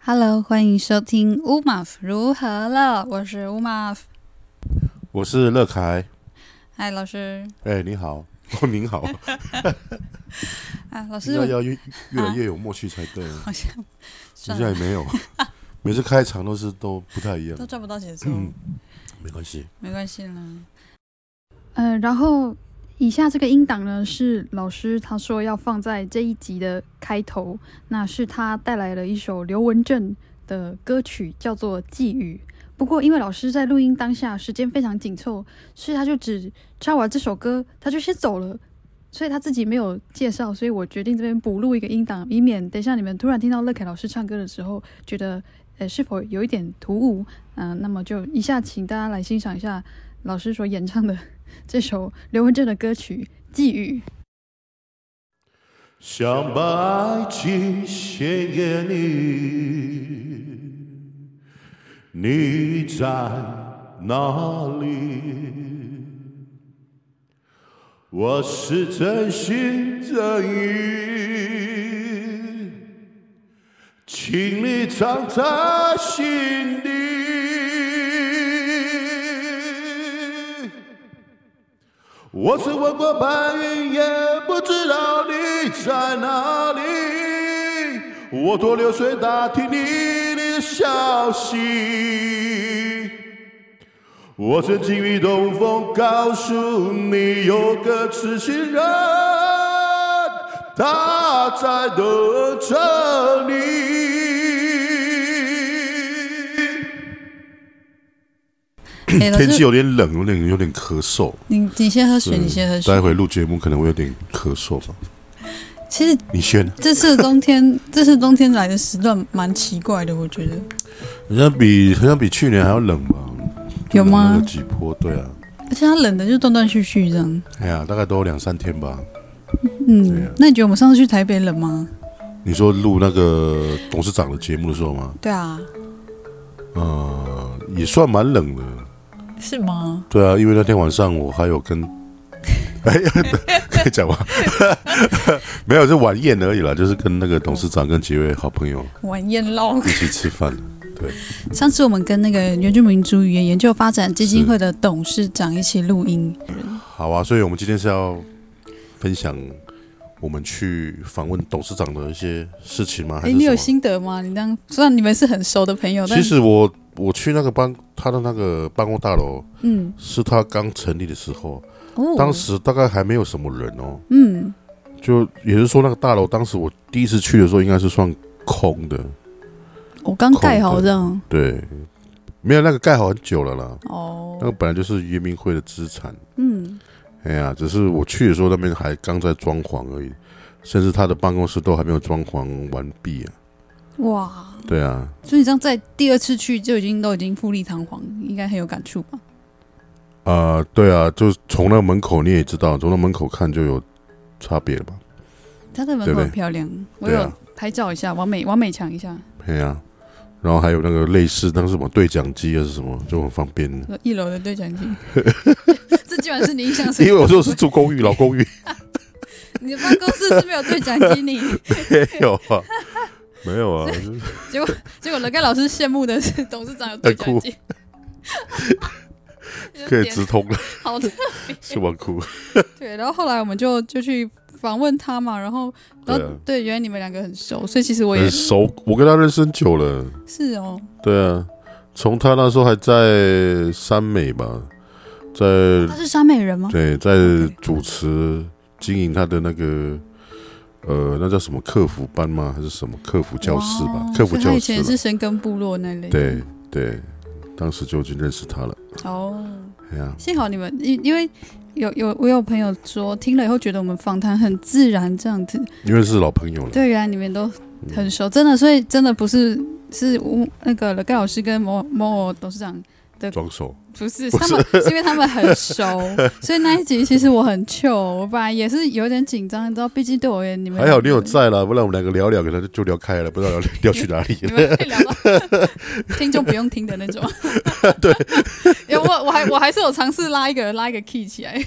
Hello，欢迎收听乌马夫如何了？我是乌马夫。我是乐凯，嗨，老师。哎、你好， 哦，您好，啊，老师，要我要越越来越有默契才对， 好像现算了，在也没有，每次开场都是都不太一样都，抓不到节奏，嗯没关系，没关系啦。呃，然后以下这个音档呢是老师他说要放在这一集的开头，那是他带来了一首刘文正的歌曲，叫做《寄语》。不过因为老师在录音当下时间非常紧凑，所以他就只唱完这首歌，他就先走了。所以他自己没有介绍，所以我决定这边补录一个音档，以免等一下你们突然听到乐凯老师唱歌的时候，觉得呃是否有一点突兀。嗯、那么就以下请大家来欣赏一下老师所演唱的这首刘文正的歌曲《寄语》。想把爱情献给你，你在哪里？我是真心真意，请你藏在心底。我曾问过白云，也不知道你在哪里。我多流水打听你的消息。我曾经遇东风，告诉你有个痴心人，他在等着你。哎，老天气师，有点冷，有点有点咳嗽。你你先喝水，你先喝待水。会录节目可能会有点咳嗽吧。其实你先，这次冬天，这次冬天来的时段蛮奇怪的，我觉得好像比好像比去年还要冷吧？有冷了吗个？几波？对啊，而且它冷的就断断续续这样。哎呀，大概都有两三天吧。对嗯啊，那你觉得我们上次去台北冷吗？你说录那个董事长的节目的时候吗？对啊，呃，也算蛮冷的。是吗？对啊，因为那天晚上我还有跟， 哎呀，可以讲吗？ 没有，就晚宴而已啦，就是跟那个董事长跟几位好朋友晚宴喽。一起吃饭。上次我们跟那个原住民族语言研究发展基金会的董事长一起录音，好啊，所以我们今天是要分享我们去访问董事长的一些事情吗？还哎，是你有什么心得吗？你这样虽然你们是很熟的朋友，但其实我我去那个办他的那个办公大楼，嗯，是他刚成立的时候，哦，当时大概还没有什么人哦。嗯，就也就是说，那个大楼当时我第一次去的时候，应该是算空的，我刚盖好这样对，没有那个盖好很久了啦。哦那，个本来就是圆明会的资产，嗯，哎呀，只是我去的时候那边还刚在装潢而已，甚至他的办公室都还没有装潢完毕啊。哇，对啊，所以你这样在第二次去就已经都已经富丽堂皇，应该很有感触吧？啊、对啊，就是从那门口你也知道，从那门口看就有差别了吧？它的门对口不对很漂亮，我对啊有拍照一下，完美完美墙一 下，对啊，然后还有那个类似那个什么对讲机还啊是什么，就很方便。一楼的对讲机，这基本上是你印象深 因为刻。我就是住公寓，老 公寓你的办公室是没有对讲机，你没有啊，没有 啊，就是结果结果乐盖老师羡慕的是董事长有对讲机，呃 可以直通了，好的。是吧？哭。对，然后后来我们就就去访问他嘛，然后然后对啊嗯对，原来你们两个很熟，所以其实 我也很熟，我跟他认识很久了。是哦，对啊，从他那时候还在三美吧，在他是山美人吗？对，在主持经营他的那个呃，那叫什么客服班吗？还是什么客服教室吧哇？客服所以他教以室前也啦是深耕部落那类的。对对，当时就已经认识他了。哦，哎呀，幸好你们因因为有有我有朋友说听了以后觉得我们访谈很自然这样子，因为是老朋友了。对，原来你们都嗯很熟，真的，所以真的不是是我那个乐盖老师跟某某董事长。装熟，不是，不他们是因为他们很熟， 所以那一集其实我很糗，我本来也是有点紧张，你知道，毕竟对我而言，你们 还好你有在啦，不然我们两个聊聊，可能就聊开了，不知道聊聊去哪里你 了。们可以聊到 听众不用听的那种。对， 有我我还我还是有尝试拉一个拉一个 key 起来。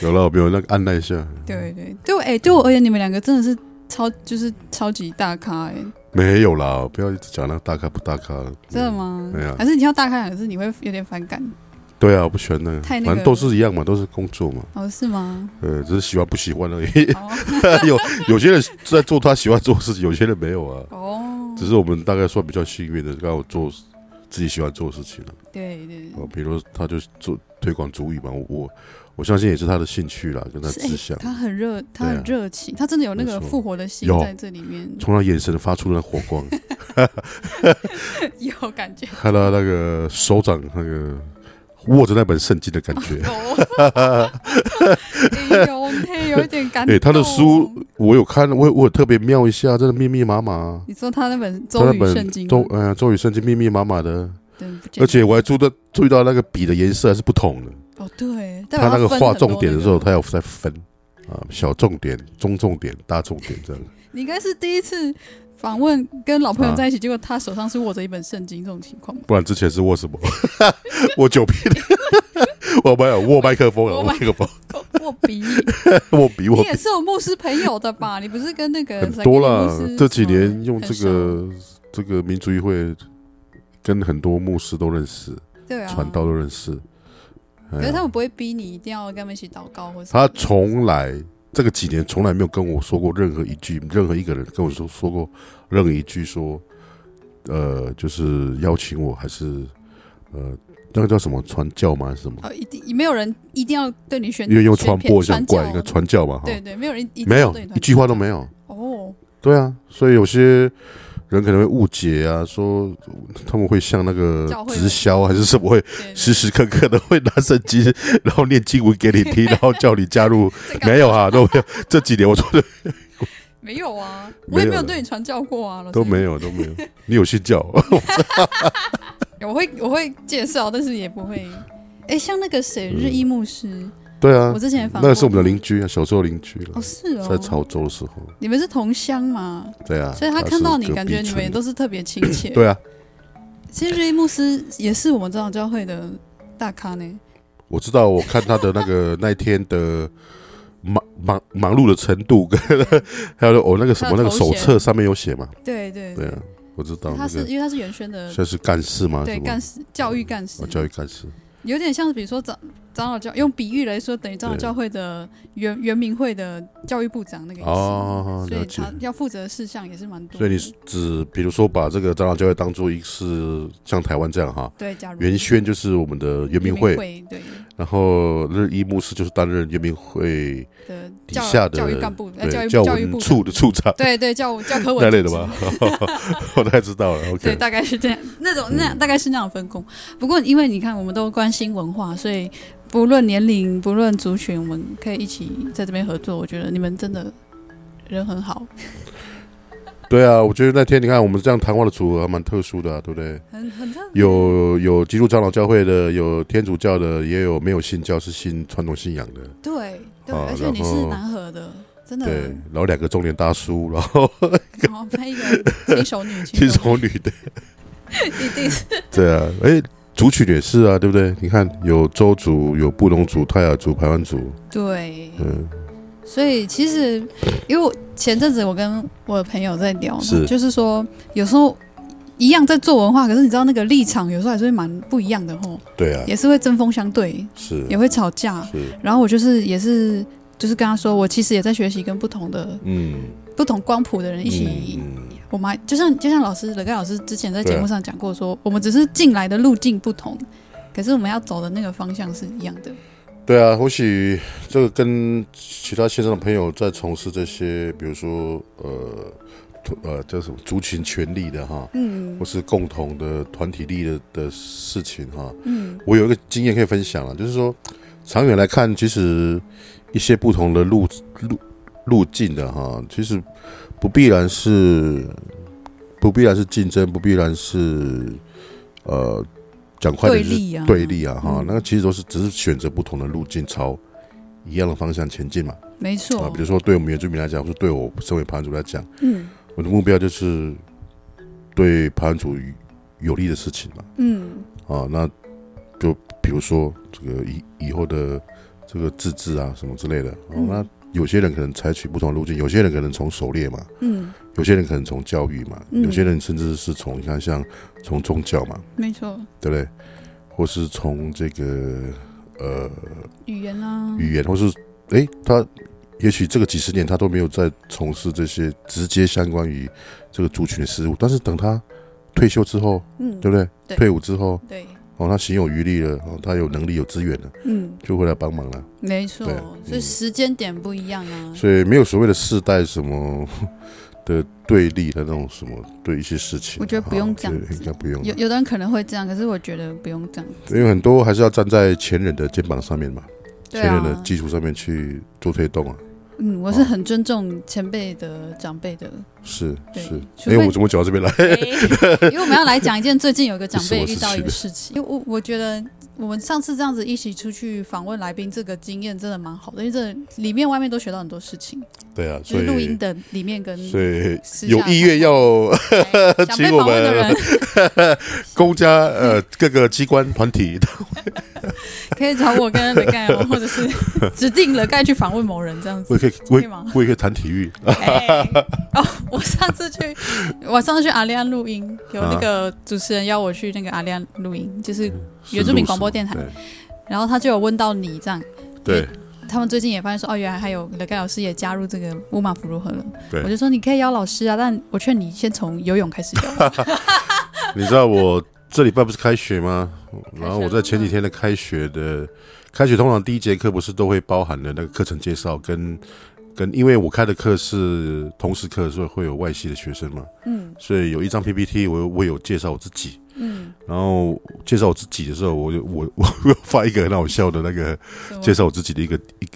有了，我没有那个按耐一下。对对，对我哎、对我而言，你们两个真的是超就是超级大咖哎、没有啦，不要一直讲那个大咖不大咖嗯了。真的吗？对啊还是你听到大咖两个字，你会有点反感？对啊，我不喜欢那个，太那个反正都是一样嘛，都是工作嘛，哦，是吗？呃，只是喜欢不喜欢而已。 哦有有些人在做他喜欢做的事情，有些人没有啊。哦，只是我们大概算比较幸运的，刚好做自己喜欢做的事情了。对对，啊，比如他就做推广主语嘛，我我我相信也是他的兴趣啦，跟他是哎志向。他很热，他对很啊热情，他真的有那个没错复活的心有在这里面， 从他眼神发出那火光，有感觉。看到那个手掌那个握着那本圣经的感觉。 有，哦哎呦，嘿，有一点感动。哦哎、他的书我有看，我有我有特别瞄一下，真的密密麻麻。你说他那本《他周那语本圣经》周吗，呃周语圣经密密麻麻的，对，不见而且我还注到注意到那个笔的颜色还是不同的。哦，对，代他表那个分画很多重点的那时候，个他有在分啊，小重点、中重点、大重点这样。你应该是第一次访问跟老朋友啊在一起，结果他手上是握着一本圣经这种情况 吧？不然之前是握 什么？握酒瓶， 我没有握麦克风啊，握握麦麦克风，握笔， 你握笔握笔也是有牧师朋友 的吧？你不是跟那个很多啦啦，。这几年用很这个这个民族议会，跟很多牧师都认识，对啊传道都认识。哎可是呀他们不会逼你一定要跟他们一起祷告或什他么。从来这个几年从来没有跟我说过任何一句，任何一个人跟我说说过任何一句说，呃，就是邀请我还是呃，那个叫什么传教吗？还是什么？哦，一定没有人一定要对你宣，因为用宣传片播想怪教一个传教嘛，哈，对对，没有人一定没要有对你一句话都没有。有。哦，对啊，所以有些人可能会误解啊，说他们会像那个教会直销啊还是什么会对对时时刻刻的会拿圣经， 然后念经文给你 听，然后叫你加入。这个没有啊，都没 有。这几年我都没有啊，没有我也没有了对你传教过啊，老师都没有都 没有。你有信教？有。我会我会介绍，但是也不会。哎，像那个谁，日一牧师，对嗯啊我，之前访那是我们的问邻居啊，小时候邻居了哦，，是哦，在潮州的时候。你们是同乡嘛，对啊，所以他是看到你，隔感壁觉你们村也的都是特别亲 切。对啊。其实日一牧师也是我们这种教会的大咖呢。我知道，我看他的那个那一天的忙忙忙碌的程度，跟 还有哦我、那个什么他那的个头衔手册上面有写嘛？对对对啊，我知道他那是个因为他是元轩的，算是干事吗？对什么干事教育干事哦，教育干事，有点像是比如说长长老教，用比喻来说，等于长老对教会的原原民会的教育部长那个意思。哦所以了解他要负责的事项也是蛮多的。所以你只比如说把这个长老教会当做一是像台湾这样哈，对，假如元轩就是我们的圆明会，对然后日一牧师就是担任圆明会的底教下的教育干部，呃教对育教教育文部长处的处长对对教教科文那类组的织吧？ 我大概知道了对， ，OK，大概是这样， 那种那大概是那种分工。不过，因为你看，我们都关心文化，所以不论年龄，不论族群，我们可以一起在这边合作。我觉得你们真的人很好，对啊，我觉得那天你看我们这样谈话的组合还蛮特殊的、啊，对不对？很很特别。有有基督长老教会的，有天主教的，也有没有信教是信传统信仰的， 对对，啊而且然你是后南河的，真的对，，然后两个中年大叔，然后 然后配一个新手女，一新手种女 的，一定是对啊，哎，族群也是啊，对不对？你看有周族，有布农族、泰雅族、排湾族， 对。嗯，所以其实，因为我前阵子我跟我的朋友在聊，是就是说有时候一样在做文化，可是你知道那个立场有时候还是会蛮不一样的吼，对啊，也是会针锋相对，是也会吵架。是，然后我就是也是就是跟他说，我其实也在学习跟不同的嗯，不同光谱的人一起。嗯嗯我们还就像就像老师冷盖老师之前在节目上讲过说我们只是进来的路径不同，可是我们要走的那个方向是一样的。对啊，或许这个跟其他线上的朋友在从事这些，比如说呃呃叫什么族群权利的哈，嗯或是共同的团体力的的事情哈，嗯，我有一个经验可以分享了，就是说长远来看，其实一些不同的路路路径的哈，其实不必然是不必然是竞争，不必然是呃讲快对点就是立啊，对，立啊哈，嗯那其实都是只是选择不同的路径朝。一样的方向前进嘛没啊，错比，如说对我们原住民来讲，或是对我身为盘主来讲，嗯我的目标就是对盘主有利的事情嘛。嗯，啊，那就比如说这个以以后的这个自治啊什么之类的，啊嗯那有些人可能采取不同的路径，有些人可能从狩猎嘛，嗯，有些人可能从教育嘛，嗯有些人甚至是从你看像从宗教嘛，没错，对不对？或是从这个呃语言啊，语言，或是诶，他也许这个几十年他都没有在从事这些直接相关于这个族群的事物，但是等他退休之后，嗯，对对不对？对退伍之后，对，哦，他行有余力了，哦，他有能力有资源了，嗯，就会来帮忙了。没错对，嗯所以时间点不一样啊，所以没有所谓的世代什么 的对立的那种什么对一些事情，啊哦我觉得不用这样对子应该不用，有有的人可能会这样，可是我觉得不用这样，因为很多还是要站在前人的肩膀上面嘛，对前人的啊，基础上面去做推动啊，嗯，我是很尊重前辈的长辈的，是对是。除哎，非我怎么讲到这边来？ 因为我们要来讲一件最近有一个长辈遇到一个是事情，因为我我觉得我们上次这样子一起出去访问来宾，这个经验真的蛮好的，因为这里面外面都学到很多事情，对啊，就所是录音以的里面跟所以私下有意啊愿要来长辈访问的人 公家呃各个机关团体， 可以找我跟雷盖 哦，或者是指定了盖去访问某人这样 子。我也可以我可以也吗我也可以谈体育，哎哦，我上次去，我上次去阿利安录音，有啊那个主持人邀我去那个阿利安录音，就是是原住民录广什么播电台，然后他就有问到你这样。对他们最近也发现说，哦，原来还有雷盖老师也加入这个乌马福如何了。对我就说你可以邀老师啊，但我劝你先从游泳开始游。你知道我这礼拜不是开学吗？然后我在前几嗯天的开学的开学，通常第一节课不是都会包含了那个课程介绍跟跟，因为我开的课是通识课，所以会有外系的学生嘛，嗯所以有一张 PPT，我有我有介绍我自己。嗯，然后介绍我自己的时候，我就我 我我发一个很好笑的那个什么介绍我自己的一个一个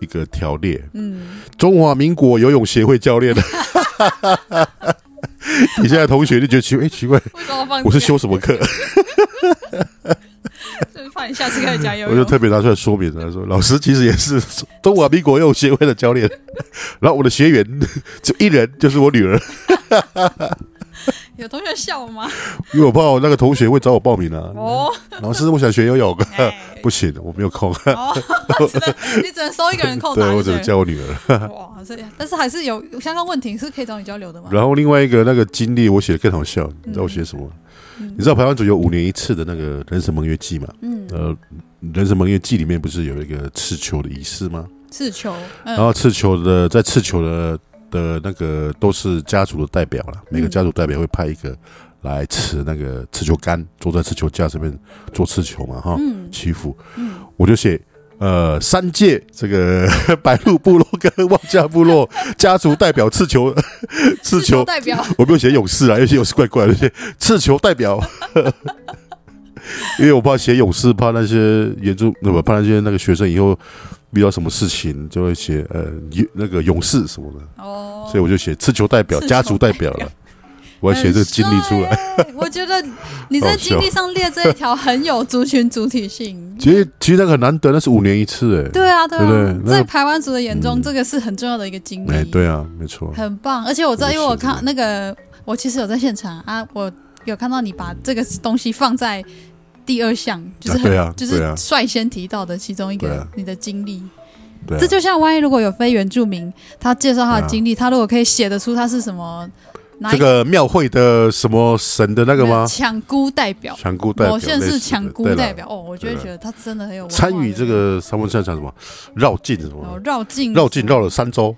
一个条列，嗯，中华民国游泳协会教练。 你现在同学就觉得奇怪，哎，奇怪，为什么要放这个？我是修什么课？就是怕你下次开始讲游 我就泳。特别拿出来说明，他说老师其实也是中华民国游泳协会的教练，然后我的学员就一人，就是我女儿，有同学笑我吗？因为我怕我那个同学会找我报名啊。 哦，老师，我想学游泳，哎不行，我没有空， 哦，只能你只能收一个人扣打。对我只对能不对教我女儿。哇，这但是还是有相关问题是可以找你交流的嘛？然后另外一个那个经历，我写的更好笑，你知道我写什么吗？你知道台湾组有五年一次的那个人神盟约祭嘛？嗯，呃，人神盟约祭里面不是有一个刺球的仪式吗？刺球，然嗯后刺球的在刺球的的那个都是家族的代表嗯啦，每个家族代表会派一个来持那个刺球杆，坐在刺球架上面做刺球嘛，哈，嗯祈福。嗯，我就写。呃，三界这个 白鹿部落跟望家部落家族代表刺球，刺球代表我没有写勇士啊，因为写勇士怪怪的，写刺球代表， 因为我怕写勇士，怕那些原著，那不怕那些那个学生以后遇到什么事情就会写呃勇那个勇士什么的，哦， 所以我就写刺球代表、刺球家族代表代了。我还写这个经历出来，。来。我觉得你在经历上列这一条很有族群主体性其实其实那个很难得，那是五年一次哎、对啊，对对不啊对，那在台湾族的眼中，嗯这个是很重要的一个经哎、历，对啊，没错，很棒。而且我知道，我因就为我是这样看那个，我其实有在现场啊，我有看到你把这个东西放在第二项，就是啊对啊很就对是啊率先提到的其中一对个啊你的经历。对啊这，就像万一如果有非原住民，他介绍他的经历，他如果可以写得出他是什么，哪一这个庙会的什么神的那个吗？抢孤代表，抢孤代表，某县类似的市抢孤对啦代表哦，我就对会了觉得他真的很有文化参与这个三温现场什么绕境什然后么绕境绕境绕了三周，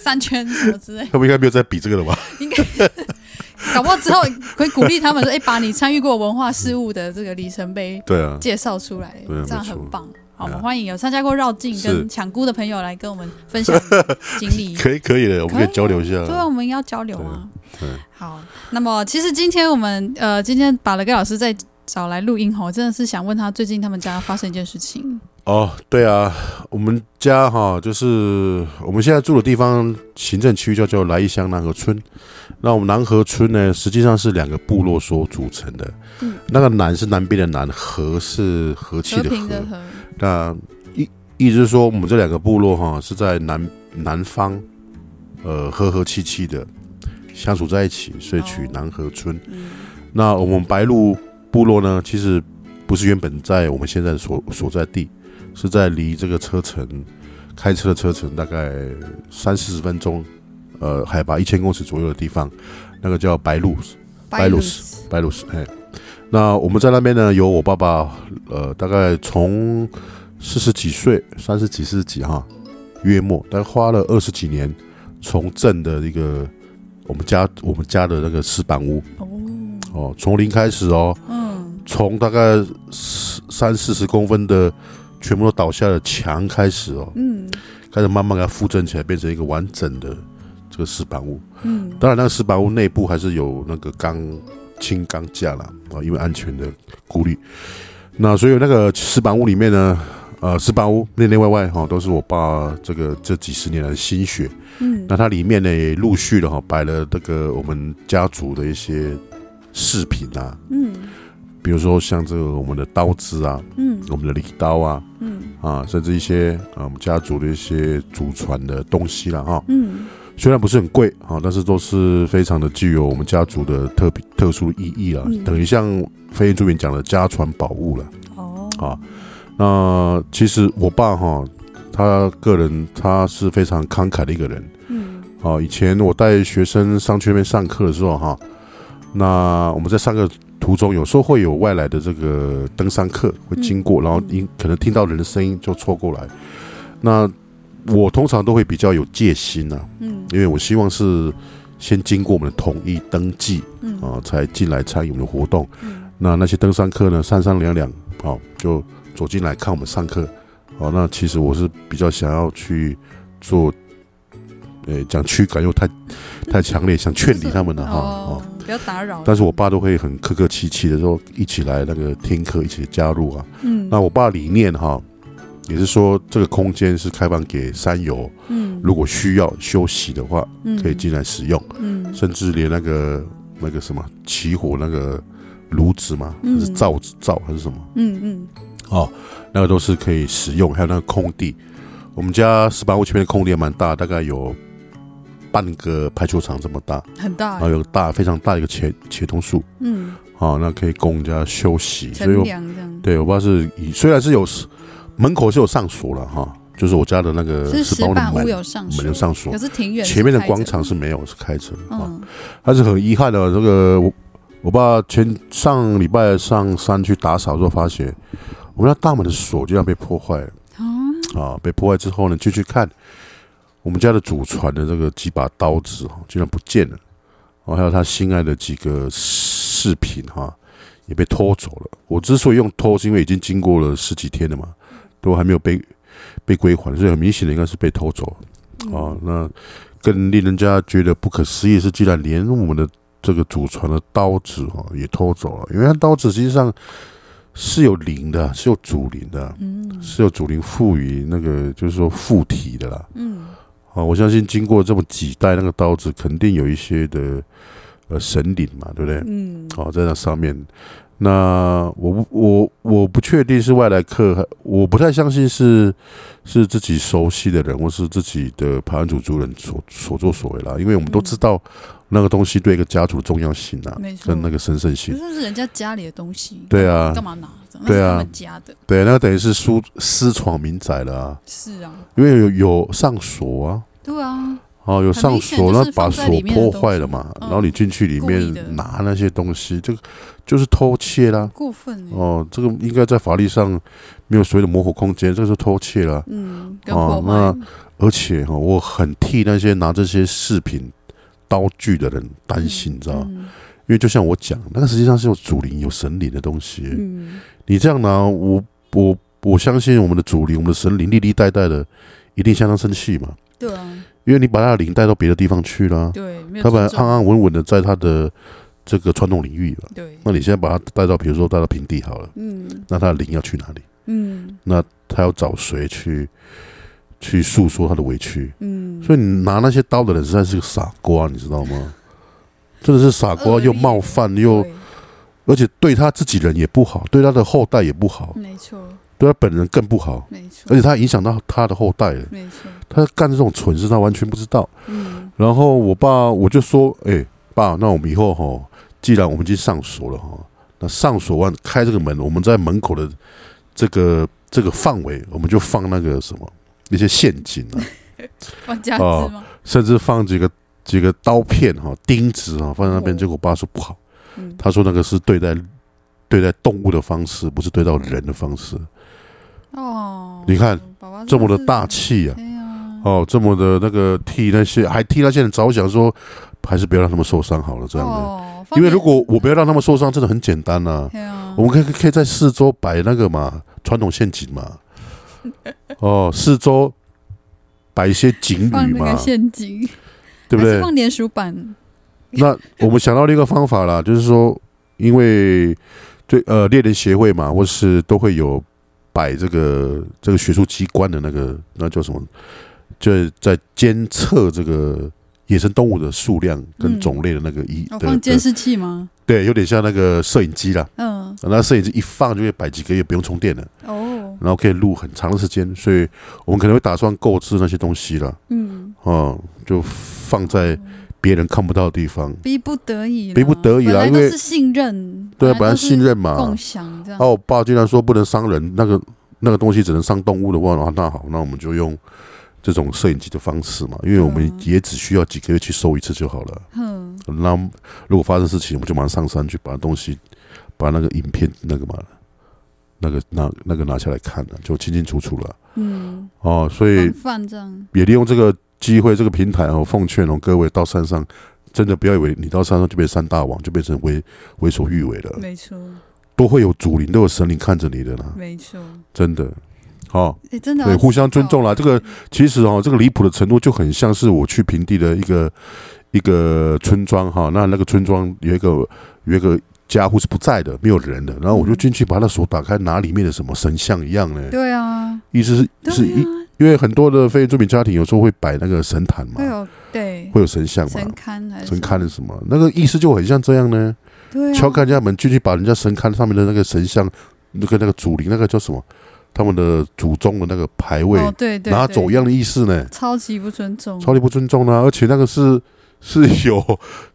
三圈什么之类 ，他们应该没有在比这个了吧？ 搞不好之后可以鼓励他们说：“哎，把你参与过文化事务的这个里程碑对啊，介绍出来，对没错这样很棒。”好，我们对啊欢迎有参加过绕境是跟抢孤的朋友来跟我们分享你的经 历。可以可以的，我们可以交流一对啊，下。我们要交流啊嗯对对。好，那么其实今天我们呃，今天把雷盖老师再找来录音吼，我真的是想问他最近他们家发生一件事情。哦，对啊，我们家哈，就是我们现在住的地方，行政区叫叫来义乡南河村。那我们南河村呢，实际上是两个部落所组成的。嗯那个南是南边的南，河是和气和的平和的。和，那意意思是说，我们这两个部落哈是在南南方，呃，和和气气的相处在一起，所以取哦南河村。嗯那我们白鹿部落呢，其实不是原本在我们现在所所在地，是在离这个车城开车的车程大概三四十分钟，呃，海拔一千公尺左右的地方，那个叫白鹿白鲁鲁斯，白鲁斯，嘿，那我们在那边呢，有我爸爸，呃，大概从四十几岁、三十几、四十几哈，月末，但花了二十几年，从镇的一个我们家我们家的那个石板屋哦，哦，从零开始哦，嗯，从大概十三四十公分的全部都倒下的墙开始哦，嗯开始慢慢给它复振起来，变成一个完整的这个石板屋。嗯当然，那个石板屋内部还是有那个钢轻钢架啦，啊，因为安全的顾虑。那所以那个石板屋里面呢，呃，石板屋内内外外哈、哦都是我爸这个这几十年来的心血。嗯那它里面呢，也陆续的哈、摆了这个我们家族的一些饰品啊，嗯比如说像这个我们的刀子啊，嗯我们的礼刀啊，嗯啊，甚至一些啊我们家族的一些祖传的东西啦哈、嗯虽然不是很贵啊，但是都是非常的具有我们家族的特别特殊意义啊，嗯等于像飞燕朱云讲的家传宝物了哦，啊。那其实我爸哈，他个人他是非常慷慨的一个人嗯啊。以前我带学生上去那边上课的时候哈，那我们在上课途中，有时候会有外来的这个登山客会经过，然后因可能听到人的声音就凑过来。那我通常都会比较有戒心啊，嗯因为我希望是先经过我们的同意登记嗯啊、才进来参与我们的活动。嗯那那些登山客呢，三三两两，好、就走进来看我们上课。好、那其实我是比较想要去做，呃，讲驱赶又太太强烈，想劝离他们了哈。哦，不要打扰。但是我爸都会很客客气气的说，一起来那个听课，一起加入啊。嗯那我爸理念哈、也是说这个空间是开放给山友，嗯如果需要休息的话，可以进来使用。嗯甚至连那个那个什么起火那个炉子嘛，嗯还是灶子灶还是什么嗯哦，那个都是可以使用。还有那个空地，我们家石板屋前面的空地也蛮大，大概有半个排球场这么大，嗯很大然后有个大非常大的一个茄茄桐树嗯啊，那可以供人家休息。所以乘我凉这样对我爸是以虽然是有门口是有上锁了哈，就是我家的那个是石石板屋的板门屋有上门有上锁可，是庭院前面的是开着广场是没有是开着的啊。嗯但是很遗憾的，这个我我爸前上礼拜上山去打扫之后，发现我们家大门的锁就这样被破坏了啊啊！被破坏之后呢，就去看我们家的祖传的这个几把刀子哈，竟然不见了，哦，还有他心爱的几个饰品哈，也被偷走了。我之所以用偷，是因为已经经过了十几天了嘛，都还没有被被归还，所以很明显的应该是被偷走了。嗯啊，那更令人家觉得不可思议的是，居然连我们的这个祖传的刀子哈、也偷走了，因为它刀子实际上是有灵的，是有祖灵的，嗯是有祖灵赋予那个就是说附体的啦。嗯啊，我相信经过这么几代，那个刀子肯定有一些的呃神灵嘛，对不对？嗯好、哦在那上面。那我不我我不确定是外来客，还我不太相信是是自己熟悉的人，或是自己的排湾族族人所所作所为啦。因为我们都知道那个东西对一个家族的重要性啊嗯没，错嗯跟那个神圣可性是。那是人家家里的东西，对啊干，嘛拿着？那对是啊他们家的，对，那个等于是私私闯民宅了啊，是啊，因为有有上锁啊，对啊，哦，有上锁，很明显就那是把放在锁里面的破东西坏了嘛，嗯然后你进去里故意的面拿那些东西，这个就是偷窃啦。过分欸哦，这个应该在法律上没有所谓的模糊空间，这是偷窃了。嗯，跟哦破坏，而且哈、哦，我很替那些拿这些饰品、刀具的人担心，你知道吗？嗯因为就像我讲，那个实际上是有祖灵、有神灵的东西。嗯，你这样拿，我我我相信我们的祖灵、我们的神灵历历代代的，一定相当生气嘛。对啊，因为你把他的灵带到别的地方去了，对，没有他本来啊尊重安安稳稳的在他的这个传统领域了，对，那你现在把他带到，比如说带到平地好了，嗯那他的灵要去哪里？嗯 음,他要找谁去去诉说他的委屈。 음.嗯，所以你拿那些刀的人实在是个傻瓜，你知道吗？真的是傻瓜，恶劣又冒犯，又对而且对他自己人也不好，对他的后代也不好，没错对他本人更不好，没而错且他影响到他的后代了。没错，他干这种蠢事，他完全不知道。嗯然后我爸我就说：“哎、爸，那我们以后哈，既然我们已经上锁了哈，那上锁完开这个门，我们在门口的这个这个范围，我们就放那个什么一些陷阱 啊，放假哦子吗？甚至放几个几个刀片哈、钉子哈、放在那边。哦结果我爸说不好，嗯，他说那个是对待对待动物的方式，不是对待人的方式。 어,哦，你看爸爸这么的真大是，气啊，哎呀，哦，这么的那个替那些还替那些人着想说，还是不要让他们受伤好了，这样的。 어,哦，因为如果我不要让他们受伤，真的很简单呐、对啊我，们可以可以在四周摆那个嘛传统陷阱 嘛，哦，四周摆一些锦放鲤那嘛个，陷阱，对不还是对？放粘鼠板，那我们想到了一个方法啦，就是说，因为对呃猎人协会嘛，或是都会有摆这个这个学术机关的那个那叫什么，就是在监测这个野生动物的数量跟嗯种类的那个一、哦，的放监的视器吗？对，有点像那个摄影机啦。 어,嗯，那摄影机一放就可以摆几个月不用充电了，哦，然后可以录很长的时间，所以我们可能会打算购置那些东西了， 음.嗯，哦、就放在别人看不到的地方。逼不得已啦，逼不得已啦本来因 뭐,都为是信任，对啊，本本来都信是任嘛共，享这어.然，样后我爸竟然说不能伤人，那个那个东西只能伤动物的话，那那好，那我们就用这种摄影机的方式嘛，因为我们嗯也只需要几个月去收一次就好了。哼，那如果发生事情，我们就马上上山去把东西，把那个影片那个嘛，那个那那个拿下来看了，就清清楚楚了。嗯，哦，所以放饭这样，也利用这个机会，这个平台哦，奉劝哦各位到山上，真的不要以为你到山上就变山大王，就变成为为所欲为了。没错，都会有主灵，都有神灵看着你的啦，没错，真的。好、 네,哎，真的对，要互相尊重啦。这知道个其实哦，这个离谱的程度就很像是我去平地的一个一个村庄哈、那那个村庄有一个有一个家户是不在的，没有人的，然后我就嗯进去把他的手打开，拿里面的什么神像一样呢？对啊，意思是对是一，啊，因为很多的非住民家庭有时候会摆那个神坛嘛会，有对哦会有神像嘛神，龛还是神什么龛的什么，那个意思就很像这样呢。对啊，敲开人家门进去，把人家神龛上面的那个神像，那个那个祖灵，那个叫什么？他们的祖宗的那个牌位，哦，对对，拿对走一样的意思呢，超级不尊重，超级不尊重啦、啊而且那个是 是有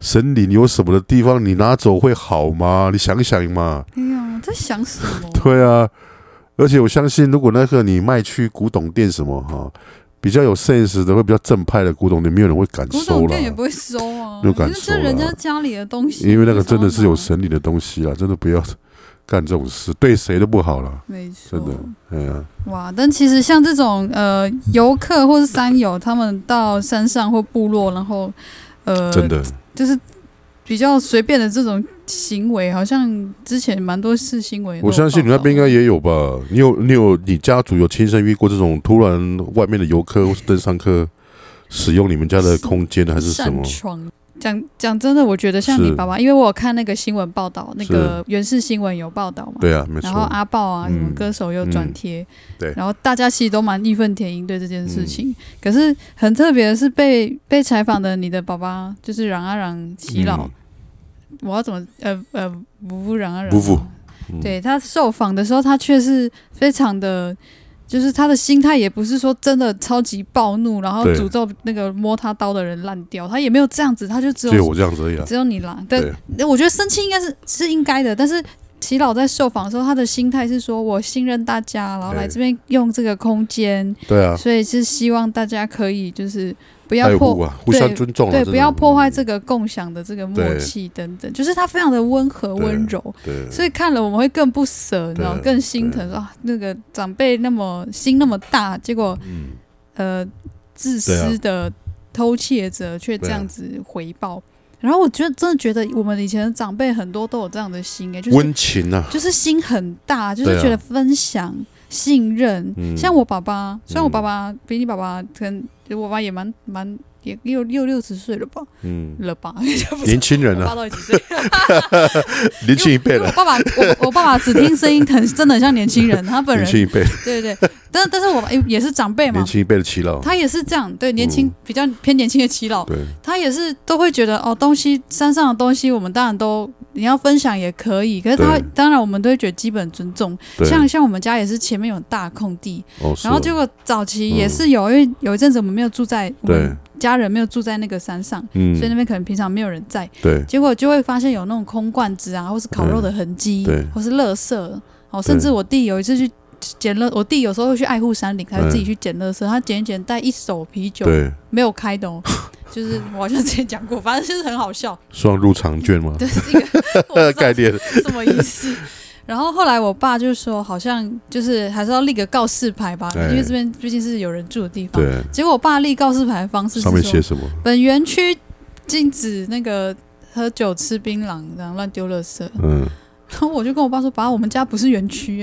神灵有什么的地方，你拿走会好吗？你想想嘛，哎呀，在想什 么？对啊。而且我相信，如果那个你卖去古董店什么哈、比较有 sense 的，会比较正派的古董店，没有人会敢古收董啦店。也뭐不会收啊，没有敢因为收这人啦家家里的东西，因为那个真的是有神，神灵的东西啊，真的不要干这种事，对谁都不好了。没错，真的哎呀、哇！但其实像这种呃游客或是山友，他们到山上或部落，然后呃，真的，就是比较随便的这种行为，好像之前蛮多是新闻都有报我道，相信你那边应该也有吧？你有你有你家族有亲身遇过这种突然外面的游客或是登山客使用你们家的空间还是什么擅？闯。讲讲真的，我觉得像是你爸爸，因为我有看那个新闻报道，那个原视新闻有报道嘛，对啊，没然后错，阿豹啊，嗯什么歌手又转贴、对嗯然后大家其实都蛮义愤填膺对这件事情。可是很特别的是被，被采访的你的爸爸就是冉阿冉齐老、嗯我要怎么呃呃不不冉阿冉不不嗯对他受访的时候，他却是非常的。就是他的心态也不是说真的超级暴怒，然后对诅咒那个摸他刀的人烂掉，他也没有这样子，他就只有只有我这样子而已啊。只有你啦，对对，那我觉得生气应该是是应该的，但是齐老在受访的时候，他的心态是说我信任大家，然后对来这边用这个空间，对啊，所以是希望大家可以就是不要爱护破。啊，互相对尊重啊，对，真的不要破坏这个共享的这个默对契等等，就是他非常的温和对温柔，对所以看了我们会更不舍，你知道吗，对更心疼啊，那个长辈那么心那么大，结果嗯，呃自对啊私的偷窃者却这对啊样子回报。然后我觉得真的觉得我们以前的长辈很多都有这样的心哎、就是温情啊，就是心很大，就是对啊觉得分享、信任。嗯像我爸爸，虽然我嗯爸爸比你爸爸可能，我爸爸也蛮蛮也六六六十岁了吧，嗯，了吧？年轻人我爸 啊，到底几岁？年轻一辈因为了我，爸爸，我我爸爸只听声音很真的很像年轻人，他本年人轻一辈，对对对，但但是我爸也是长辈嘛年，轻一辈的祈老，他也是这样，对年轻、嗯比较偏年轻的祈老，对他也是都会觉得哦，东西山上的东西，我们当然都你要分享也可以，可是他对当然我们都会觉得基本尊重。对，像像我们家也是前面有很大的空地，哦是嗯然后结果早期也是有，因为有一阵子我们没有住在我对们，家人没有住在那个山上，嗯所以，那边可能平常没有人在，对结果就会发现有那种空罐子啊，或是烤肉的痕迹对对，或是垃圾。哦，甚对至我弟有一次去捡了，我弟有时候会去爱护山林，他会自己去捡垃圾，他捡一捡带一手啤酒，对，没有 开的哦，就是我好像之前讲过，反正就是很好笑，算入场券吗？对，这个我不知道啊概念，什么意思？然后后来我爸就说，好像就是还是要立个告示牌吧，哎因为这边毕竟是有人住的地方。对，结果我爸立告示牌的方式是上面说写，什么？本园区禁止那个喝酒、吃槟榔，然后乱丢垃圾。嗯，然后我就跟我爸说：“爸，我们家不是园 区、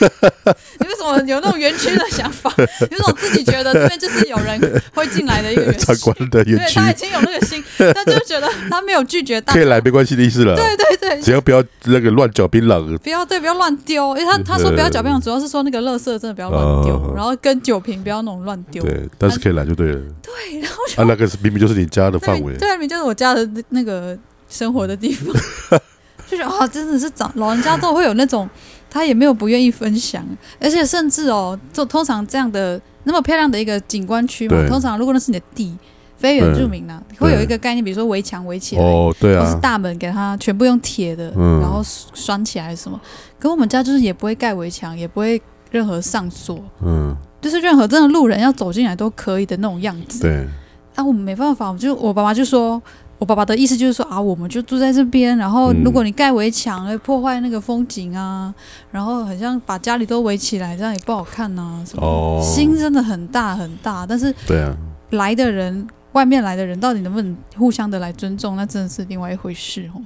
欸，你为什么有那种园区的想法？因为我自己觉得这边就是有人会进来的一个园区参，观的园对区他已经有那个心，他就觉得他没有拒绝大 可以来，没关系的意思了。对对对，只要不要那个乱嚼槟榔，不要对，不要乱丢。因为他他说不要搅拌，主要是说那个垃圾真的不要乱丢，哦然后跟酒瓶不要那种乱丢。对，但是可以来就对了。对，然后啊，那个是明明就是你家的那范明围，对，明就是我家的那个生活的地方， 就觉得啊，真的是长老人家都会有那种，他也没有不愿意分享，而且甚至哦，就通常这样的那么漂亮的一个景观区嘛对，通常如果那是你的地，非原住民啦、啊对会有一个概念，比如说围墙围起来。哦，对或是啊，大门给它全部用铁的，嗯然后拴起来什么。可我们家就是也不会盖围墙，也不会任何上锁，嗯，就是任何真的路人要走进来都可以的那种样子。对，啊，我们没办法，我就我爸爸就说，我爸爸的意思就是说啊，我们就住在这边，然后嗯如果你盖围墙，会破坏那个风景啊，然后好像把家里都围起来，这样也不好看呐、什么。哦，心真的很大很大，但是对啊，来的人，外面来的人到底能不能互相的来尊重，那真的是另外一回事哦。嗯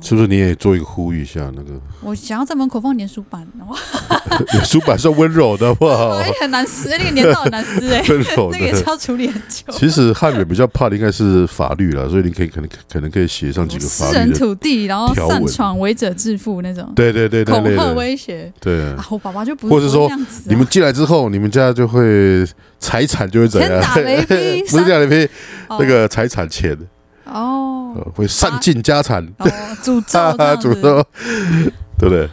是不是你也做一个呼吁一下？那个我想要在门口放粘鼠板， 哇，书板算温柔的，好不好？哎很难撕，那个粘到很难撕哎、温柔那个也是的。要处理很 久。其实汉人比较怕的应该是法律啦，所以你可以可能可能可以写上几个法私人律的，土地，然后条擅文闯违者致富那种。对对对，那恐类吓的，威胁对啊。啊！我爸爸就不或是不说这样子啊、你们进来之后，你们家就会财产就会怎天样？打雷劈啊 不是这样雷劈，哦那个财产钱哦 呃会散尽家产，哦诅咒哈这哈，样诅子。咒，对不对？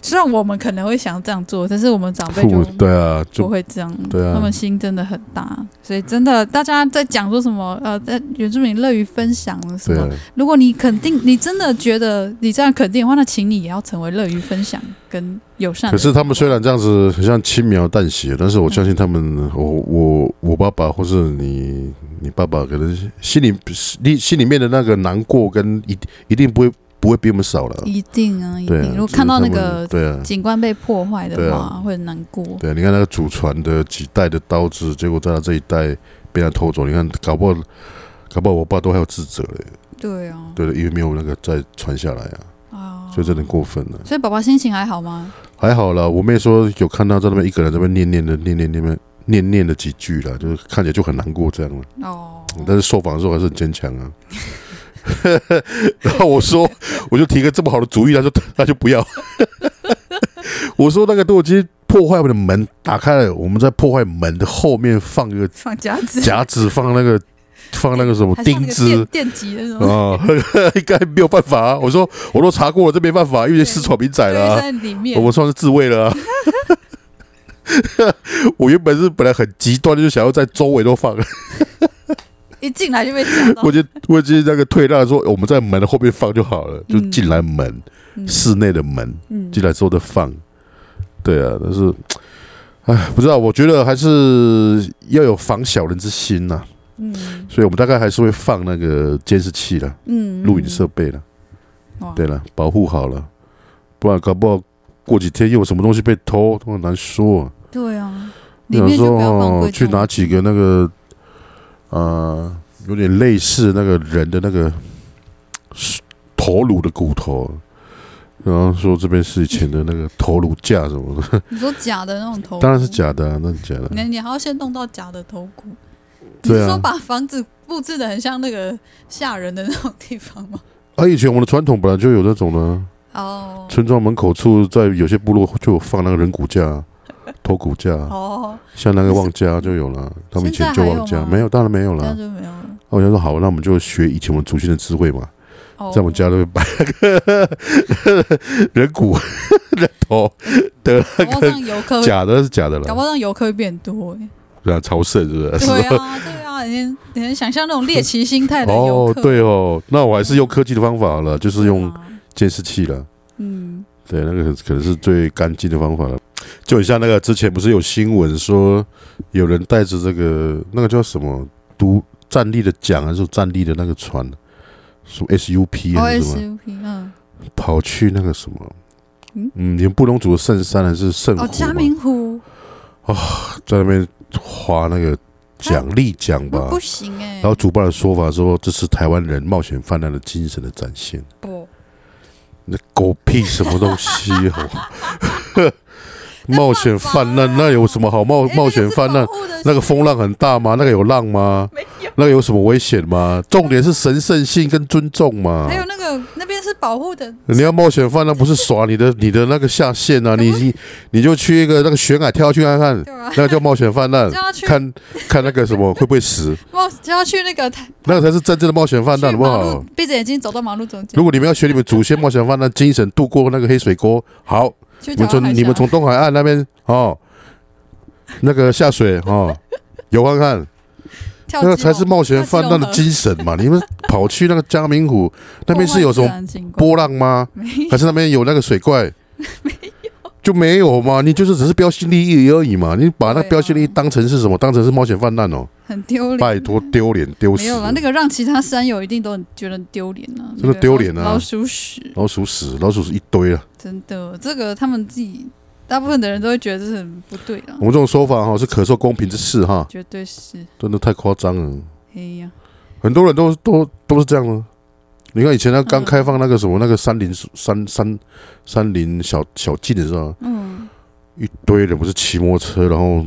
虽然我们可能会想这样做，但是我们长辈父母就 对啊，不就会这样。对啊他们心真的很大，所以真的大家在讲说什么呃，在原住民乐于分享什对么啊。如果你肯定，你真的觉得你这样肯定的话，那请你也要成为乐于分享跟友善 的可人。是他们虽然这样子很像轻描淡写，但是我相信他嗯们，我我我爸爸或是你你爸爸，可能心里心心里面的那个难过跟一一定不会不会比我们少了。一定啊，一对啊定。，如果就是看到他那们个对啊，景观被破坏的对话，啊会很难过。对，你看那个祖传的几代的刀子，结果在他这一代被他偷走，你看搞不好。搞不好我爸都还有自责嘞，对啊，对的，因为没有那个再传下来啊，啊，所以真的很过分了、所以宝宝心情还好吗？还好啦，我妹说有看到在那边一个人在那边念念的念念念念念念了几句啦，就是看起来就很难过这样了。哦，但是受访的时候还是很坚强啊。 然后我说，我就提个这么好的主意，他就他就不要。我说那个都已经破坏我们的门打开了，我们在破坏门的后面放个放夹子，夹子，放那个放那个什么还放钉那个子电。电极的那种，啊， 应该没有办法啊！我说，我都查过了，这没办法，因为私闯民宅对，了啊、在里面我。们算是自卫了、啊。 我原本是本来很极端的，就想要在周围都放，哦一进来就被夹 到我，就我就那个退让说，哎我们在门的后面放就好了，就嗯进来门、嗯室内的门，嗯进来之后再放。对啊，但是，唉，不知道，我觉得还是要有防小人之心呐、嗯所以我们大概还是会放那个监视器啦、嗯，录影设备啦。哇对了，保护好了，不然搞不好过几天又有什么东西被偷，都很难说、啊。对啊，里有面时就候不要放哦贵，去重拿几个那个，呃，有点类似那个人的那个头颅的骨头，然后说这边是以前的那个头颅架什么的，你说假的那种头，当然是。假的、啊，那是假的。你你还要先弄到假的头骨，你对是啊说把房子布置的很像那个吓人的那种地方吗？啊，以前我们的传统本来就有那种呢，哦村庄门口处，在有些部落就有放那个人骨架啊、头骨架啊，哦，像那个望家就有了，他们以前就望现在还家有吗没有，当然没有了这哦样。就没有了。那我就说好，那我们就学以前我们祖先的智慧嘛，哦，在我们家都会摆那个人骨、 人头的搞不好让游客会，假的，是假的哦搞了不，好让游客会变多欸。对啊，朝圣是不是？对啊，对啊，你能你能想象那种猎奇心态的游 哦客？，嗯对哦，那我还是用科技的方法好了，就是用啊监视器了。嗯，对，那个可能是最干净的方法了。就很像那个之前不是有新闻说，有人带着这个那个叫什么独站立的桨还是站立的那个船，什么 SUP 哦还是什么， SUP，嗯，跑去那个什么，嗯嗯，连布隆族的圣山还是圣湖哦，嘛，嘉明湖在那边划那个桨立桨不吧不。行哎、然后主办的说法说，这是台湾人冒险泛滥的精神的展现。不，那狗屁什么东西哦！ 冒险泛滥，那有什么好冒冒险泛哎滥？那个风浪很大吗？那个有浪吗？没有。那个有什么危险吗？重点是神圣性跟尊重嘛还。有那个那边是保护的，你要冒险泛滥，不是耍你的你的那个下限啊！你 你你就去一个那个悬崖跳下去看看，对啊吧？那个叫冒险泛滥就，要去看看那个什么会不会 死，冒就要去那个台那个才是真正的冒险泛滥，好去不马好路？，闭着眼睛走到马路中间如，果你们要学你们祖先冒险泛滥精神，渡过那个黑水沟，好，去你们台湾从海你们峡从东海岸那边哦，那个下水哦，游看看，跳那个基才隆是冒险泛滥的跳基哦精神嘛！你们跑去那个嘉明 湖那边是有什么破坏自然景观波浪吗？没有还是那边有那个水 怪？没有，就没有嘛！你就是只是标新立异而已嘛！你把那对啊个标新立异当成是什么？当成是冒险泛滥 哦！很丢脸，拜托，丢脸丢没死有啦，了！那个让其他山友一定都很觉得很丢脸啊，这个丢脸啊那个老鼠屎，老鼠屎，老鼠屎一堆啊了。真的，这个他们自己大部分的人都会觉得这是很不对啦我，们这种说法哈、是可受公平之事哈，绝对是，真的太夸张了。哎呀，很多人都都都是这样的。你看以前那刚开放那个什么那个山林山山山林小小径的时候，嗯，一堆人不是骑摩托车，然后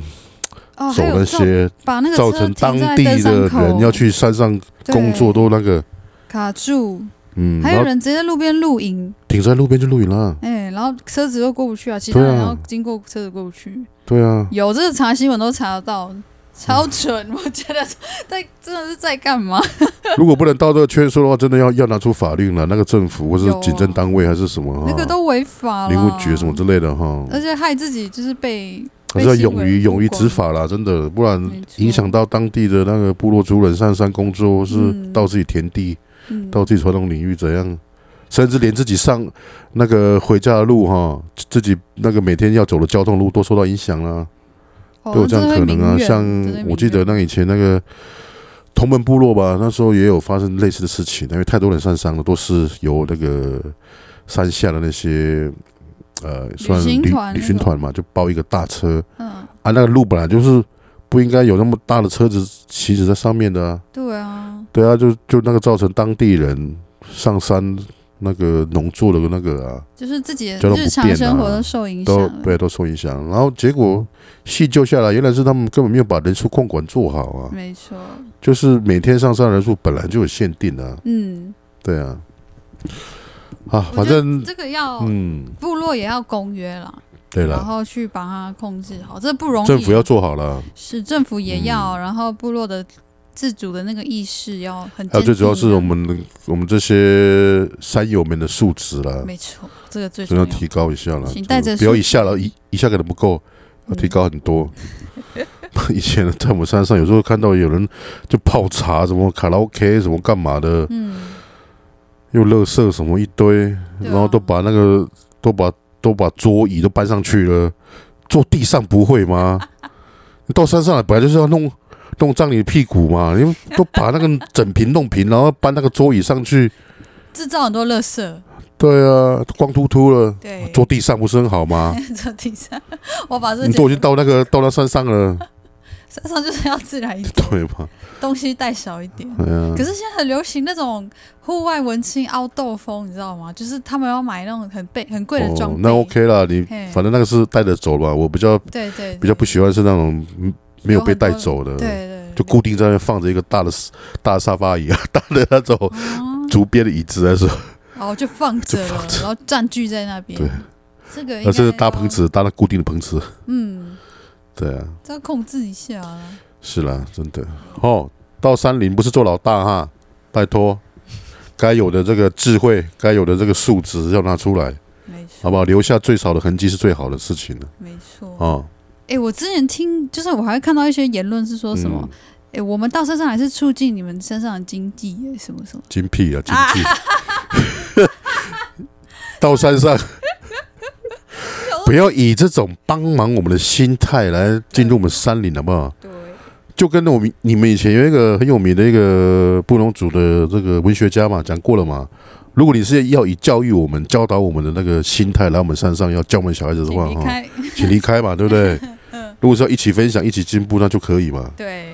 哦，走还有那造些，把那个造车成停当在地登山的人口要去山上工作对都那个，卡住，嗯，还然有后人直接在路边露营，停在路边就露营啦。哎、然后车子又过不去啊，其他对啊人要经过车子过不去，对 啊，有这个查新闻都查得到，超嗯准， 我觉得在真的是在干嘛？如果不能到这个圈说的话，真的要要拿出法令了。那个政府或有啊是警政单位还是什么那个哈，都啊违法林了，务局什么之类的哈，而且害自己就是被还是要被新勇闻于曝勇于光执法啦，真的，不然没错影响到当地的那个部落族人上山工作，或是嗯到自己田地、嗯到自己传统领域怎样，甚至连自己上那个回家的路哈，自己那个每天要走的交通路都受到影响啦、哦都有这样可能啊。像我记，得那真的会民怨真的会民怨那以前那个同门部落吧，那时候也有发生类似的事情，因为太多人上山了，都是由那个山下的那些呃算行旅团旅那行种团嘛，就包一个大车。嗯，啊，那个路本来就是不应该有那么大的车子行驶在上面的啊。对啊，对啊，就就那个造成当地人上山那个农作的那个啊，就是自己的交通不日常便生活啊都受影响都了，对都受影响。然后结果细究下来，原来是他们根本没有把人数控管做好啊，没错，就是每天上山的人数本来就有限定的啊。嗯，对啊，啊，我反觉得正这个要嗯，部落也要公约啦，对然了，后去把它控制好，这不容易，政府要做好了，是政府也嗯要，然后部落的自主的那个意识要很，还有最主要是我，们我们这些山友们的素质啦。没错，这个最真重的要要，提高一下了，请就带着不要书一下了，一一下可能不够，要提高很多。 以前在我们山上，有时候看到有人就泡茶，什么卡拉 OK，什么干嘛的，嗯，又垃圾什么一堆，对啊然后都把那个都把都把桌椅都搬上去了，坐地上不会吗？ 你到山上来本来就是要弄弄脏你的屁股嘛，你都把那个整平弄平，然后搬那个桌椅上去，制造很多垃圾，对啊，光秃秃了，对，坐地上不是很好吗？坐地上，我把这你都已经个到那个到那山上了，身上就是要自然一点，对吧？东西带少一点。哎呀可，是现在很流行那种户外文青凹豆风，你知道吗？就是他们要买那种很备很贵的装哦备。，那 OK 啦，你嘿反正那个是带着走吧。我比较对对对比较不喜欢是那种嗯没有被带走的，对对，对就固定在那放着一个大的大沙发椅啊， 大的那种哦竹编的椅子啊来说， 然哦后就放着就了放，着然后占据在那边。对，这个那应该啊这是搭要棚，子，搭那固定的棚子，嗯，对啊，这要控制一下啊。是啦，真的哦。到山林不是做老大哈，拜托，该有的这个智慧，该有的这个素质要拿出来，没错，好不好？留下最少的痕迹是最好的事情了没错。啊。哎，我之前听，就是我还看到一些言论是说什么嗯，哎，我们到山上还是促进你们山上的经济，哎什么什 么。啊 精辟啊，精辟。到山上，不要以这种帮忙我们的心态来进入我们山林，好不好？对，就跟我们你们以前有一个很有名的一个布农族的这个文学家嘛，讲过了嘛。如果你是要以教育我们、教导我们的那个心态来我们山上，要教我们小孩子的请话，哦离哈，开，嗯请离开 嘛，对不对？如果是要一起分享、一起进步，那就可以嘛。对，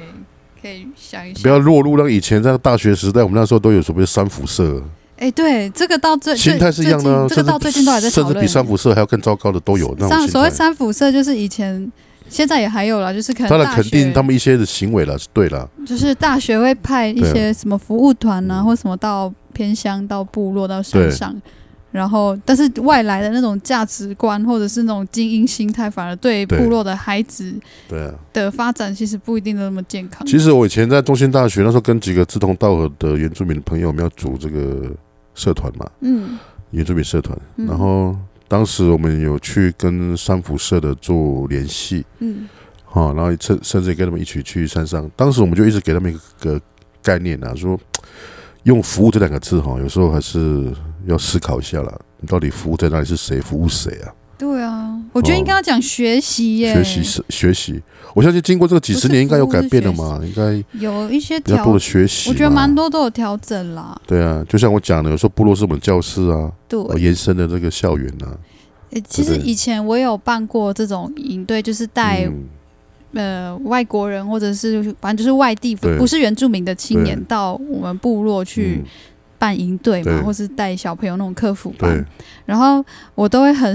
可以想一不想。要落入那个以前在大学时代，我们那时候都有所谓的三辐射，哎，对，这个到最心态是一样的啊，最近这个到最近都还在甚讨至论。比三辐射还要更糟糕的都有那种上心所谓态。三辐射，就是以前现在也还有啦，就是可能当然大肯定学他们一些的行为了，是对了，就是大学会派一对啊嗯些什么服务团啊，或什么到偏乡、到部落、到山上，然后但是外来的那种价值观或者是那种精英心态，反而对对部落的孩子对啊。的发展其实不一定那么健康。其实我以前在中兴大学那时候，跟几个志同道合的原住民朋友，我们要组这个社团嘛，嗯，原住民社团。嗯然后当时我们有去跟三福社的做联系，嗯哈、然后甚甚至也跟他们一起去山上。当时我们就一直给他们一个概念啊，说用服务这两个字哈、有时候还是要思考一下啦，你到底服务在哪里，是谁服务谁啊？对啊，我觉得应该要讲学习耶，学习是学习，我相信经过这个几十不是年，应该有服务是改变了学习嘛，应该有一些比较调多，的学习嘛。我觉得蛮多都有调整啦。对啊，就像我讲的，有时候部落是我们教室啊，对，我延伸的这个校园啊，诶其实对不对以前我有办过这种营队，就是带嗯、呃外国人或者是反正就是外地不对不是原住民的青年对到我们部落去嗯办营队嘛，对或是带小朋友那种客服班对，，然后我都会很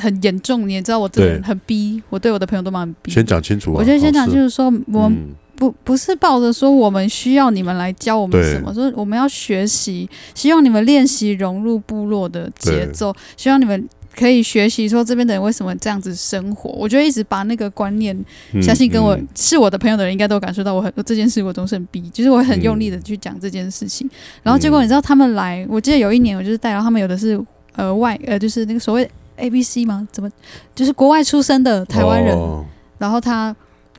很严重，你也知道我这个人对很逼，我对我的朋友都蛮逼。先讲清楚、啊，我就先好讲就事是说，我们嗯不、不是抱着说我们需要你们来教我们对什么，说我们要学习，希望你们练习融入部落的节对奏，希望你们可以学习说这边的人为什么这样子生活。我就一直把那个观念嗯相信跟我、嗯是我的朋友的人，应该都感受到我很这件事，我总是很逼，就是我很用力的去讲这件事嗯情。然后结果你知道他们来，我记得有一年我就是带，然后他们有的是呃外呃就是那个所谓 A B C 嘛，怎么就是国外出生的台湾人，哦然后他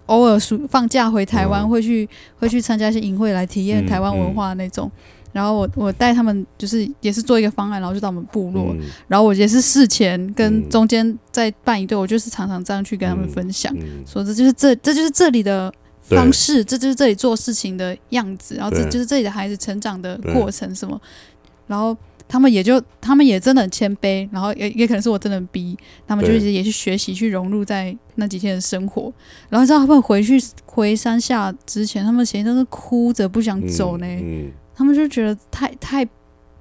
偶尔暑放假回台湾、嗯会去会去参加一些营会来体嗯验台湾文化那种。然后我我带他们就是也是做一个方案，然后就到我们部落，嗯然后我也是事前跟嗯中间在办一队，我就是常常这样去跟他们嗯分享。嗯说这就是这这就是这里的对方式，这就是这里做事情的样子，然后这对就是这里的孩子成长的对过程什么，然后他们也就他们也真的很谦卑，然后也也可能是我真的很逼他们，就对是也去学习去融入在那几天的生活，然后你知道他们回去回山下之前，他们前一天都是哭着不想走呢，嗯，他们就觉得太太。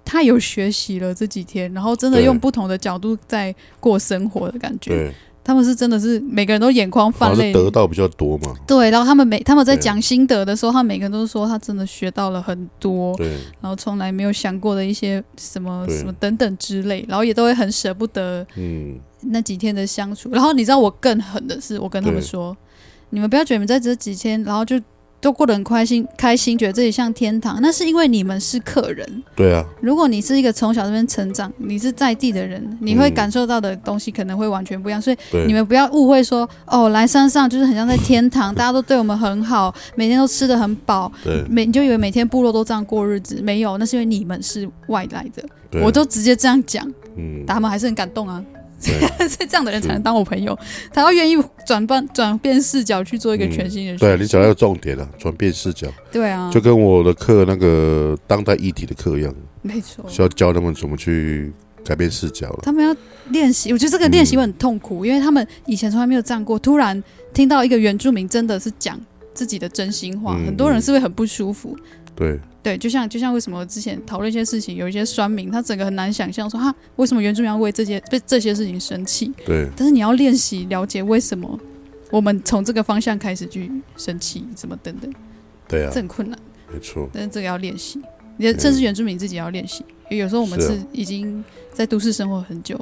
太有学习了这几天，然后真的对用不同的角度在过生活的感觉。对，他们是真的是每个人都眼眶好泛像是泪，得到比较多嘛，对，然后他们每他们在对讲心得的时候，他们每个人都说他真的学到了很多，对，然后从来没有想过的一些什么对什么等等之类，然后也都会很舍不得嗯，那几天的相处。然后你知道我更狠的是，我跟他们对说，你们不要觉得你们在这几天，然后就都过得很开心，开心觉得自己像天堂，那是因为你们是客人。对啊，如果你是一个从小这边成长，你是在地的人，你会嗯感受到的东西可能会完全不一样，所以对，你们不要误会说哦，来山上就是很像在天堂，大家都对我们很好，每天都吃的很饱，对，每你就以为每天部落都这样过日子，没有，那是因为你们是外来的，对我都直接这样讲，嗯，但他们还是很感动啊。 对所以这样的人才能当我朋友，才要愿意转变转变视角去做一个嗯全新的对选。你讲到重点了，转变视角，对啊就，跟我的课那个当代议题的课一样，没错，是要教他们怎么去改变视角了。哦他们要练习，我觉得这个练习会很痛苦，因为他们以前从来没有这样过，突然听到一个原住民真的是讲自己的真心话，嗯很多人嗯是会很不舒服。对，对，就像就像为什么之前讨论一些事情，有一些酸民，他整个很难想象说哈，为什么原住民要为这些被这些事情生气？对，但是你要练习了解为什么我们从这个方向开始去生气，什么等等，对啊这，很困难，没错，但是这个要练习，也甚至原住民自己也要练习。因为有时候我们是啊是已经在都市生活很久，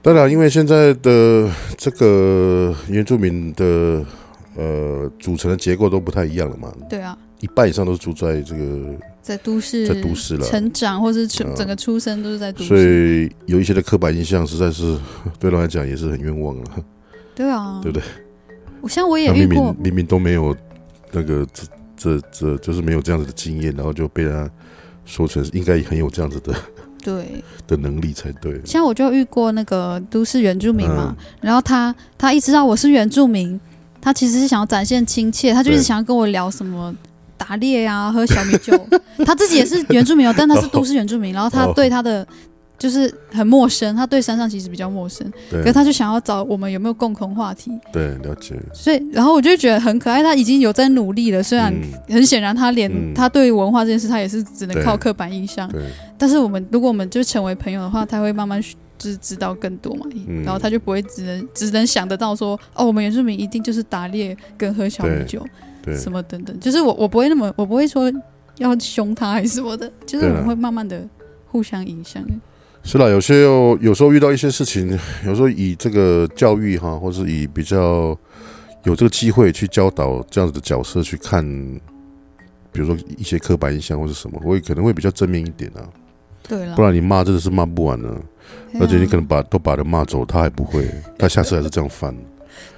当然，因为现在的这个原住民的呃组成的结构都不太一样了嘛，对啊，一半以上都是住在这个，在都嗯市在都市了啊成长，或是出嗯整个出生都是在都所市，以有一些的刻板印象实在是对他来讲也是很冤枉了。对啊，对不对？我像我也他遇明过明，明明都没有那个这这这就是没有这样子的经验，然后就被他说成是应该很有这样子的对，的能力才对。像我就遇过那个都市原住民嗯嘛，然后他他一知道我是原住民，他其实是想要展现亲切，他就一直对想要跟我聊什么打猎呀、喝小米酒。 他自己也是原住民哦，但他是都市原住民，然后他哦对他的就是很陌生，他对山上其实比较陌生，可是对他就想要找我们有没有共同话题，对，了解。所以然后我就觉得很可爱，他已经有在努力了，虽然。嗯，很显然，他连、嗯他对文化这件事，他也是只能对靠刻板印象。对，但是我们如果我们就成为朋友的话，他会慢慢学就是知道更多嘛，嗯然后他就不会只能只能想得到说哦，我们原住民一定就是打猎跟喝小米对酒对，什么等等，就是我我不会那么我不会说要凶他还是什么的，就是对我啊们啦会慢慢的互相影响。是啦，有些有有时候遇到一些事情，有时候以这个教育哈，或是以比较有这个机会去教导这样子的角色去看，比如说一些刻板印象或是什么，我也可能会比较正面一点啊，对了不，然你骂真的是骂不完呢、啊而且你可能把都把人骂走，他还不会，他下次还是这样翻。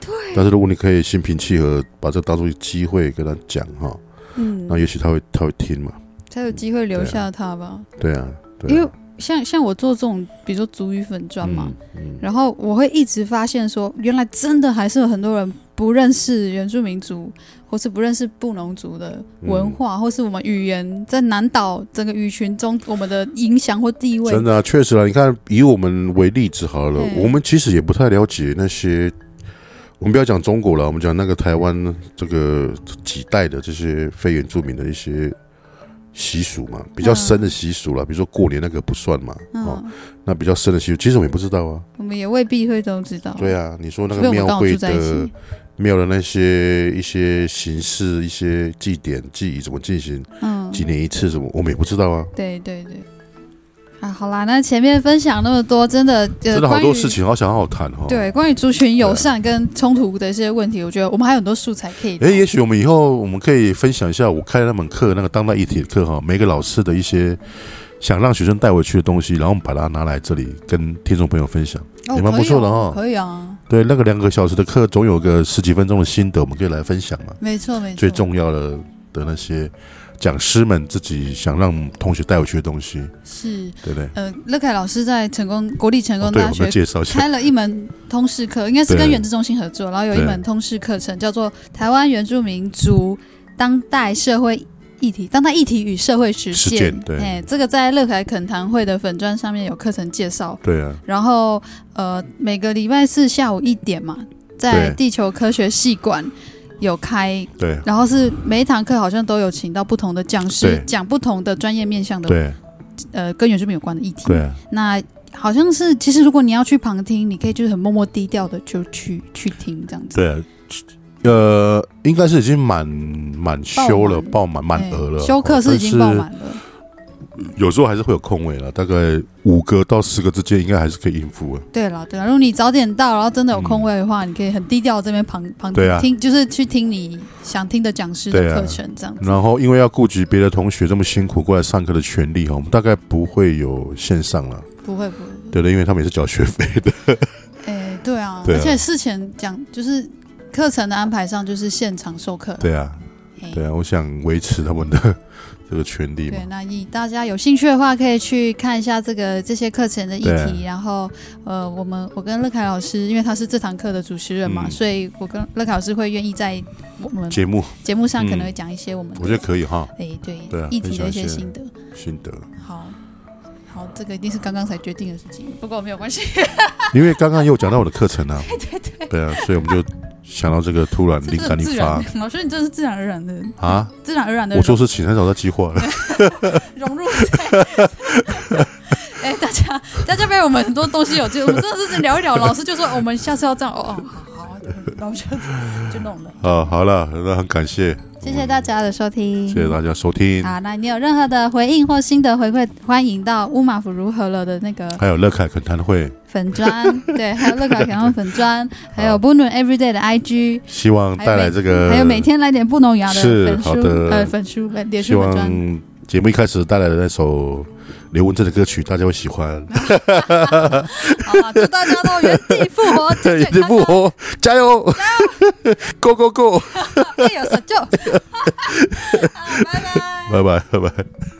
对。但是如果你可以心平气和，把这当做机会跟他讲哈，嗯那，也许他会他会听嘛。才有机会留对啊下他吧，对啊，对啊。因为像像我做这种，比如说足语粉砖嘛，嗯，嗯然后我会一直发现说，原来真的还是有很多人不认识原住民族，或是不认识布农族的文化，嗯或是我们语言在南岛整个语群中我们的影响或地位。真的、啊、确实啊，你看以我们为例子好了嗯，我们其实也不太了解那些，我们不要讲中国了，我们讲那个台湾这个几代的这些非原住民的一些习俗嘛，比较嗯深的习俗啦，比如说过年那个不算嘛，哦，嗯，那比较深的习俗，其实我们也不知道啊。我们也未必会都知道。对啊，你说那除个非我们庙刚好会住在一的起。庙的那些一些形式、一些祭典、祭仪怎么进行，嗯，几年一次什么，我们也不知道啊。对对对。啊，好啦，那前面分享那么多，真的呃，真的好关于多事。情，好想好好谈哈、哦。对，关于族群友善跟冲突的一些问题，我觉得我们还有很多素材可以聊。哎，也许我们以后我们可以分享一下我开的那门课，那个当代一体的课哈，每个老师的一些想让学生带回去的东西，然后我们把它拿来这里跟听众朋友分享。哦也蛮不可以错的哦哈可以啊，对，那个两个小时的课，总有个十几分钟的心得，我们可以来分享嘛。没错没错。最重要的的那些讲师们自己想让同学带回去的东西，是对不对？呃，乐凯老师在成功国立成哦功对，大我学们介绍一下。开了一门通识课，应该是对跟原子中心合作，然后有一对门通识课程叫做《台湾原住民族当代社会议题：当代议题与社会实践》实践对哎，这个在乐凯恳谈会的粉砖上面有课程介绍，对啊，然后呃，每个礼拜四下午一点嘛，在对地球科学系馆有开。对啊然后是每一堂课好像都有请到不同的讲师对讲不同的专业面向的对啊呃跟原住民有关的议题。对啊，那好像是，其实如果你要去旁听，你可以就是很默默低调的就去去听这样子。对啊，呃，应该是已经满满修了，爆满满额了，哎修课哦是已经但爆满了。有时候还是会有空位了，大概五个到十个之间，应该还是可以应付的。对了对了，如果你早点到，然后真的有空位的话，你可以很低调地这边旁旁对啊听，就是去听你想听的讲师的对啊课程这样子。然后，因为要顾及别的同学这么辛苦过来上课的权利哈，我们大概不会有线上了，不会不会，对的，因为他们也是缴学费的。哎，对啊，对啊而且事前讲就是课程的安排上就是现场授课。对啊，嘿对啊，我想维持他们 的这个权利嘛对，。那以大家有兴趣的话，可以去看一下这个这些课程的议题。对然后，呃，我们我跟乐凯老师，因为他是这堂课的主持人嘛，嗯所以我跟乐凯老师会愿意在我们节目节目上嗯可能会讲一些我们的我觉得可以哈，哎对对啊议题的一些分享一些心得。心得，好，好，这个一定是刚刚才决定的事情，不过没有关系， 因为刚刚又讲到我的课程啊，对啊，所以我们就想到这个，突然这灵是感很一自发然。老师，你真的是自然而然的， 啊，自然而然的我做事情很少在计划了。 融入在。哎，大家，大家被我们很多东西有，就我们真的是聊一聊，老师就说我们下次要这样，哦，哦好好，然后就就弄了。啊，好了，那很感谢，谢谢大家的收听，谢谢大家收听，好，那你有任何的回应或心得回馈，欢迎到乌马府如何了的那个 还有乐凯恳谈会，粉砖，对，还有乐卡可能粉砖，还有布伦 Everyday 的 IG，希望带来这个，还有每天来点布农牙的是粉书好，的呃，粉书，呃脸希书粉望砖。节目一开始带来的那首刘文正的歌曲，大家会喜 欢。好啦，祝大家都原地复 活，一健直健康不康，活，加油 ！Go go go！ 哎呦，神救！好，拜拜。 拜拜拜拜。